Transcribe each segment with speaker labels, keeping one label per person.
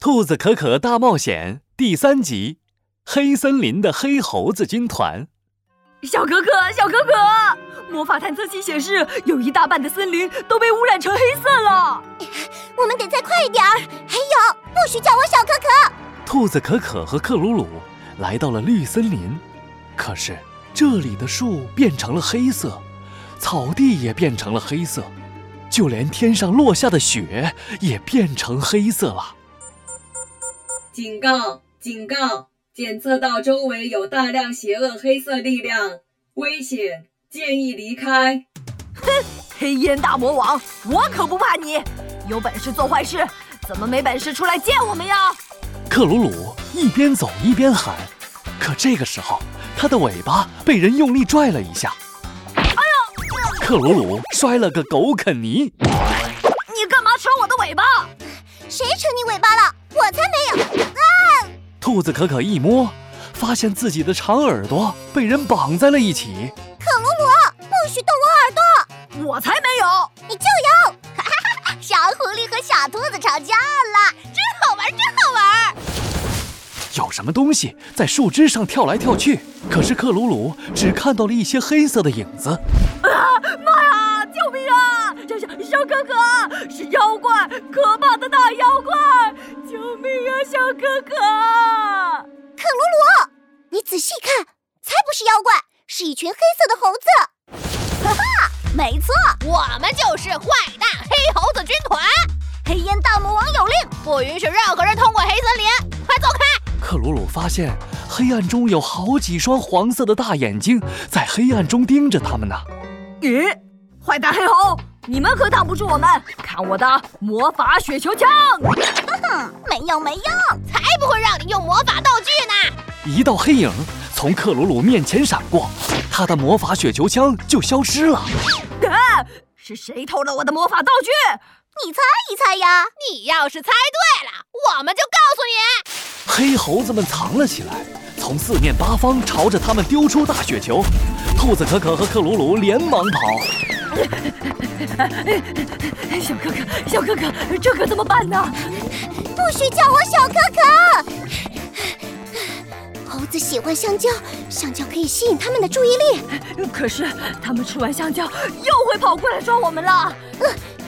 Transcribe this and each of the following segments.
Speaker 1: 兔子可可大冒险》第三集《黑森林的黑猴子军团》。
Speaker 2: 小可可，小可可，魔法探测器显示，有一大半的森林都被污染成黑色了。
Speaker 3: 我们得再快一点儿！还有，不许叫我小可可！
Speaker 1: 兔子可可和克鲁鲁来到了绿森林，可是这里的树变成了黑色，草地也变成了黑色，就连天上落下的雪也变成黑色了。
Speaker 4: 警告！警告！检测到周围有大量邪恶黑色力量，危险，建议离开。
Speaker 2: 黑烟大魔王，我可不怕你！有本事做坏事，怎么没本事出来见我们呀？
Speaker 1: 克鲁鲁一边走一边喊，可这个时候，它的尾巴被人用力拽了一下，克鲁鲁摔了个狗啃泥。
Speaker 2: 你干嘛扯我的尾巴？
Speaker 3: 谁扯你尾巴了？我才没有！
Speaker 1: 兔子可可一摸，发现自己的长耳朵被人绑在了一起。
Speaker 3: 克鲁鲁，不许动我耳朵！
Speaker 2: 我才没有！
Speaker 3: 你就有！哈哈哈！小狐狸和小兔子吵架了，真好玩，真好玩！
Speaker 1: 有什么东西在树枝上跳来跳去，可是克鲁鲁只看到了一些黑色的影子。
Speaker 2: 妈呀！救命啊！小小小可可是妖怪，可怕的大妖怪！救命啊，小可可！
Speaker 3: 克鲁鲁，你仔细看，才不是妖怪，是一群黑色的猴子！哈哈，没错，
Speaker 5: 我们就是坏蛋黑猴子军团，
Speaker 3: 黑烟大魔王有令，
Speaker 5: 不允许任何人通过黑森林，快走开！
Speaker 1: 克鲁鲁发现黑暗中有好几双黄色的大眼睛在黑暗中盯着他们呢。
Speaker 2: 咦，坏蛋黑猴，你们可挡不住我们！看我的魔法雪球枪！
Speaker 3: 哼，没用没用！
Speaker 5: 才不会让你用魔法道具呢！
Speaker 1: 一道黑影从克鲁鲁面前闪过，他的魔法雪球枪就消失了。
Speaker 2: 啊！是谁偷了我的魔法道具？
Speaker 3: 你猜一猜呀！
Speaker 5: 你要是猜对了，我们就告诉你。
Speaker 1: 黑猴子们藏了起来，从四面八方朝着他们丢出大雪球。兔子可可和克鲁鲁连忙跑，
Speaker 2: 小可可，小可可，这可怎么办呢？
Speaker 3: 不许叫我小可可！猴子喜欢香蕉，香蕉可以吸引它们的注意力。
Speaker 2: 可是他们吃完香蕉又会跑过来抓我们了。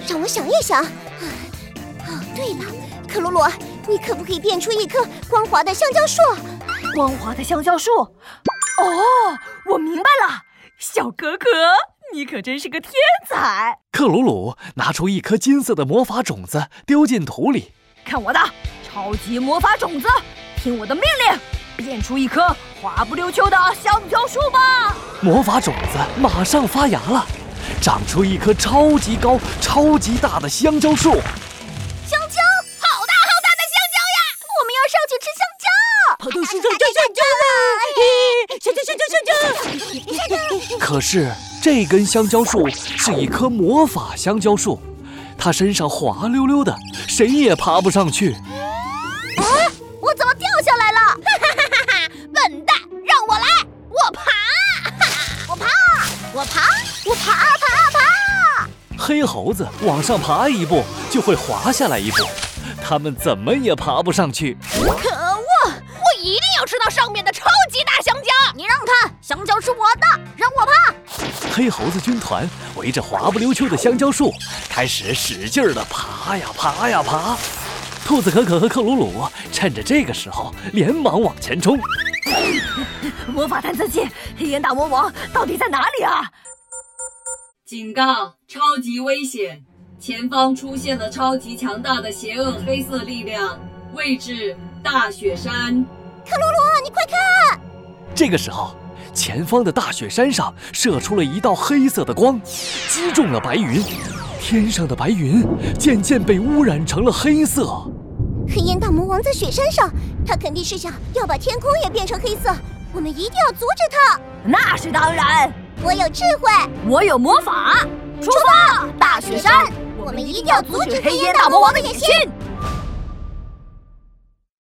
Speaker 3: 让我想一想。哦，对了，克鲁鲁，你可不可以变出一棵光滑的香蕉树？
Speaker 2: 光滑的香蕉树。哦，我明白了，小可可，你可真是个天才！
Speaker 1: 克鲁鲁拿出一颗金色的魔法种子丢进土里。
Speaker 2: 看我的超级魔法种子，听我的命令，变出一棵滑不溜秋的香蕉树吧！
Speaker 1: 魔法种子马上发芽了，长出一棵超级高、超级大的香蕉树。
Speaker 3: 香蕉，好大好大的香蕉呀！我们要上去吃香蕉。
Speaker 2: 跑到树上摘香蕉了！香蕉，香蕉，香蕉！
Speaker 1: 可是这根香蕉树是一棵魔法香蕉树，它身上滑溜溜的，谁也爬不上去。
Speaker 3: 啊我怎么掉下来了？
Speaker 5: 笨蛋，让我来，我爬，
Speaker 3: 我爬，我爬，我爬爬爬！
Speaker 1: 黑猴子往上爬一步就会滑下来一步，它们怎么也爬不上去。
Speaker 3: 可恶！
Speaker 5: 我一定要吃到上面的超级大香蕉！
Speaker 3: 你让他，香蕉是我的，让我爬！
Speaker 1: 黑猴子军团围着滑不溜秋的香蕉树，开始使劲的爬呀爬呀爬。兔子可可和克鲁鲁趁着这个时候连忙往前冲。
Speaker 2: 魔法探测器，黑岩大魔王到底在哪里啊？
Speaker 4: 警告！超级危险！前方出现了超级强大的邪恶黑色力量，位置大雪山。
Speaker 3: 啊，你快看！
Speaker 1: 这个时候，前方的大雪山上射出了一道黑色的光，击中了白云。天上的白云渐渐被污染成了黑色。
Speaker 3: 黑烟大魔王在雪山上，他肯定是想要把天空也变成黑色。我们一定要阻止他！
Speaker 2: 那是当然，
Speaker 3: 我有智慧，
Speaker 2: 我有魔法。出发，
Speaker 3: 大雪山，我们一定要阻止黑烟大魔王的野心。